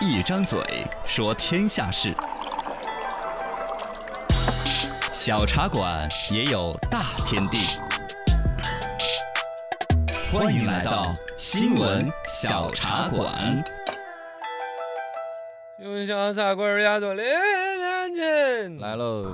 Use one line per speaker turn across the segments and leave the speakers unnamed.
一张嘴说天下事，小茶馆也有大天地。欢迎来到新闻小茶馆。
用小傻瓜儿压着脸安全来 喽。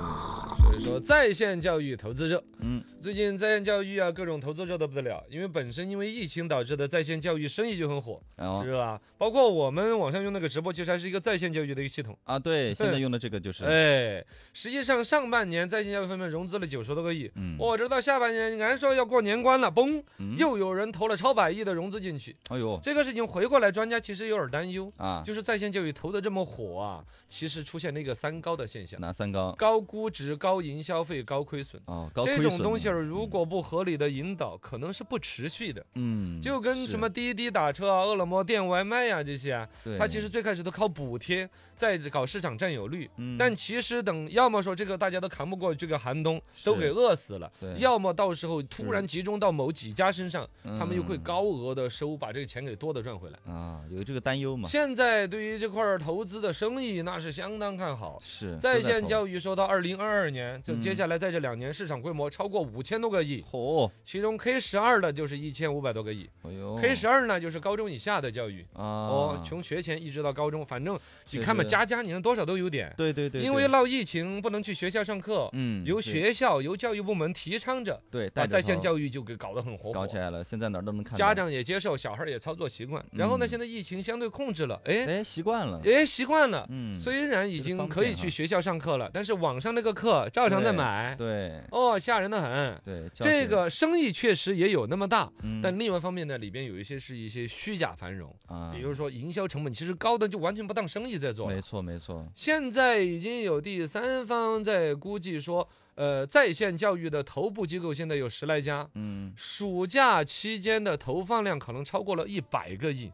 所以说，在线教育投资热，
嗯，
最近在线教育啊，各种投资热的不得了，因为本身因为疫情导致的在线教育生意就很火，
哦
是吧？包括我们网上用那个直播，其实还是一个在线教育的一个系统。
啊，对，现在用的这个就是，
哎，实际上上半年在线教育方面融资了九十多个亿，
嗯，
我知道下半年俺说要过年关了，嘣，
嗯
又有人投了超百亿的融资进去，
哎呦
这个事情回过来，专家其实有点担忧。
啊，
就是在线教育投的这么火啊，其实出现了一个三高的现象：
拿三高
高估值、高营销费、高亏损。
哦，高亏
这
损
种东西
了
儿如果不合理的引导，可能是不持续的。
嗯，
就跟
是
什么滴滴打车啊、饿了么点外卖呀、这些啊，
对
它其实最开始都靠补贴，在搞市场占有率。
嗯
但其实等要么说这个大家都扛不过这个寒冬，都
是
给饿死了
对；
要么到时候突
是
然集中到某几家身上，他们又会
嗯
高额的收，把这个钱给多的赚回来。
啊，有这个担忧嘛，
现在对于这块儿投资的生意，那是相当看好。
是
在线
现
教育说到二零二二年，就接
嗯
下来在这两年市场规模超过五千多个亿，
哦，
其中 K 十二的就是一千五百多个亿
哎呦
，K 十二呢就是高中以下的教育，
啊，
哦，从学前一直到高中，反正你看吧，
是
家家你能多少都有点，
对对对，
因为
对
闹疫情不能去学校上课，
嗯
由
对
学校由教育部门提倡着
对带
把
着
在线
头
教育就给搞得很火
搞
火
起。来了，现在哪儿都能看到。
家长也接受，小孩儿也操作习惯。然后呢，
嗯
现在疫情相对控制了，哎，
哎习惯了，
哎，习惯了。
嗯，以
虽然已
这个
经
方
可以
便
去
哈
学校上课了，但是网上那个课照常在
对
买，
对
哦，吓人的很。
对，教
这
学
个生意确实也有那么大，
嗯
但另外一方面呢，里边有一些是一些虚假繁荣，
啊，
比如说营销成本其实高的就完全不当生意在做了
没。错没错，
现在已经有第三方在估计说，呃，在线教育的头部机构现在有十来家，
嗯，
暑假期间的投放量可能超过了一百个亿，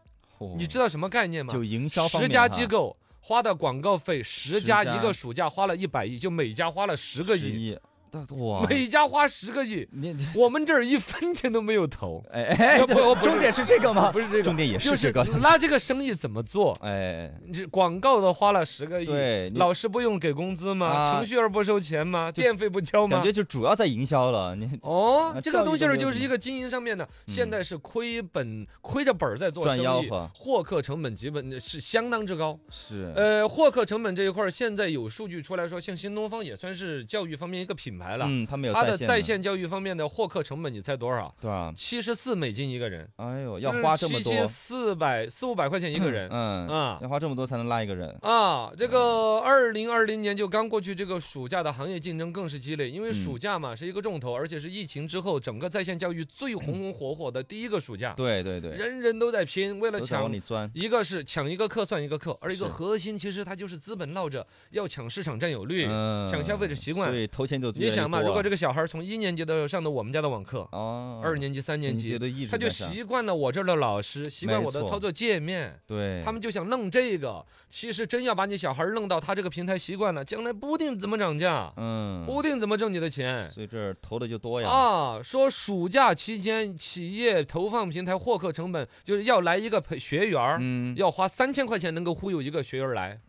你知道什么概念
哦
吗？
就营销方
十
面
家
哈
机构花的广告费，十
10
家
家
一个暑假花了一百亿，就每家花了十个
十
亿，
亿，大哇，
每家花十个亿。
你你
我们这儿一分钱都没有投，
哎哎，
不我
对
不是
重点是这个吗？
不是这个，
重点也
就是
这个，
那这个生意怎么做？
哎，
这广告都花了十个亿，
对，你
老师不用给工资吗？
啊
程序员不收钱吗？
就
电费不交
感
吗
觉？就主要在营销了，你
哦
啊，
这
教育
个东西
都
儿
没有
就是
什
一
么
个经营上面的，
嗯
现在是亏本亏着本儿在做
赚
生
吆
意
喝，
获客成本基本是相当之高。
是
呃，获客成本这一块儿，现在有数据出来说，像新东方也算是教育方面一个品牌了。
嗯，他们有
它的在
在
线教育方面的获客成本，你猜多少？
多少？
七十四美金一个人，
啊哎呦，要花这么多，
四百四五百块钱一个人
嗯，
啊
要花这么多才能拉一个人，
啊！这个二零二零年就刚过去，这个暑假的行业竞争更是激烈，因为
嗯
暑假嘛是一个重头，而且是疫情之后整个在线教育最红红火火的第一个暑假，
对对对，
人人都在拼，为了
都想往
抢
里钻，
一个是抢一个课算一个课，而一
是
个核心其实它就是资本闹着要抢市场占有率，
嗯，
抢消费者习
所
惯。
以投钱就
你想嘛，如果这
个
个小孩儿从一年级的上的我们家的网课，
哦，
二年级、三年级，
都一直
他就
在上
习惯了我这儿的老师，习惯
没
我的
错
操作界面，
对，
他们就想弄这个。其实真要把你小孩儿弄到他这个平台习惯了，将来不定怎么涨价，
嗯，
不定怎么挣你的钱。
所以这儿投的就多呀，
啊，说暑假期间企业投放平台获客成本就是要来一个培学员儿，
嗯，
要花三千块钱能够忽悠一个学员 儿来，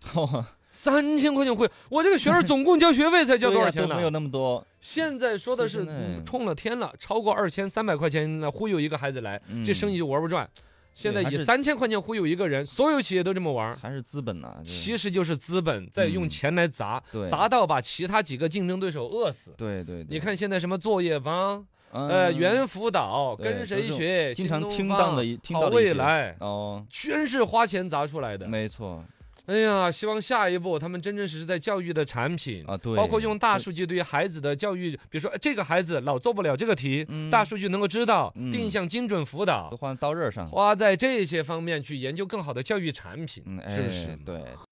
三千块钱忽悠我这个学员儿总共交学费才交
对
多少
呀
钱
都没有
呢？
那么多，
现在说的
是
是
真的哎
嗯冲了天了，超过二千三百块钱来忽悠一个孩子来，这生
意
意就玩不转。现在
嗯还
以
是
三千块钱忽悠一个人，所有企业都这么玩儿，
还是资本呐，这
其实就是资本在用
嗯
钱来砸，
对
砸到把其他几个竞争对手饿死。
对对，
你
对
看现在什么作业帮，呃，
嗯
猿辅导，
对
跟
都
谁
是
学，
经
新
常
东
听
方
到的一听
好
到的一
未
些
来，
哦，
全是花钱砸出来的。
没错
哎呀，希望下一步他们真真实实在教育的产品，
啊，对，
包括用大
对
数据对于孩子的教育，比如说哎这个孩子老做不了这个题，
嗯
大数据能够知道，
嗯
定向精准辅导
都，花到刀刃上，
花在这些方面去研究更好的教育产品，
嗯，
是不是
哎？对。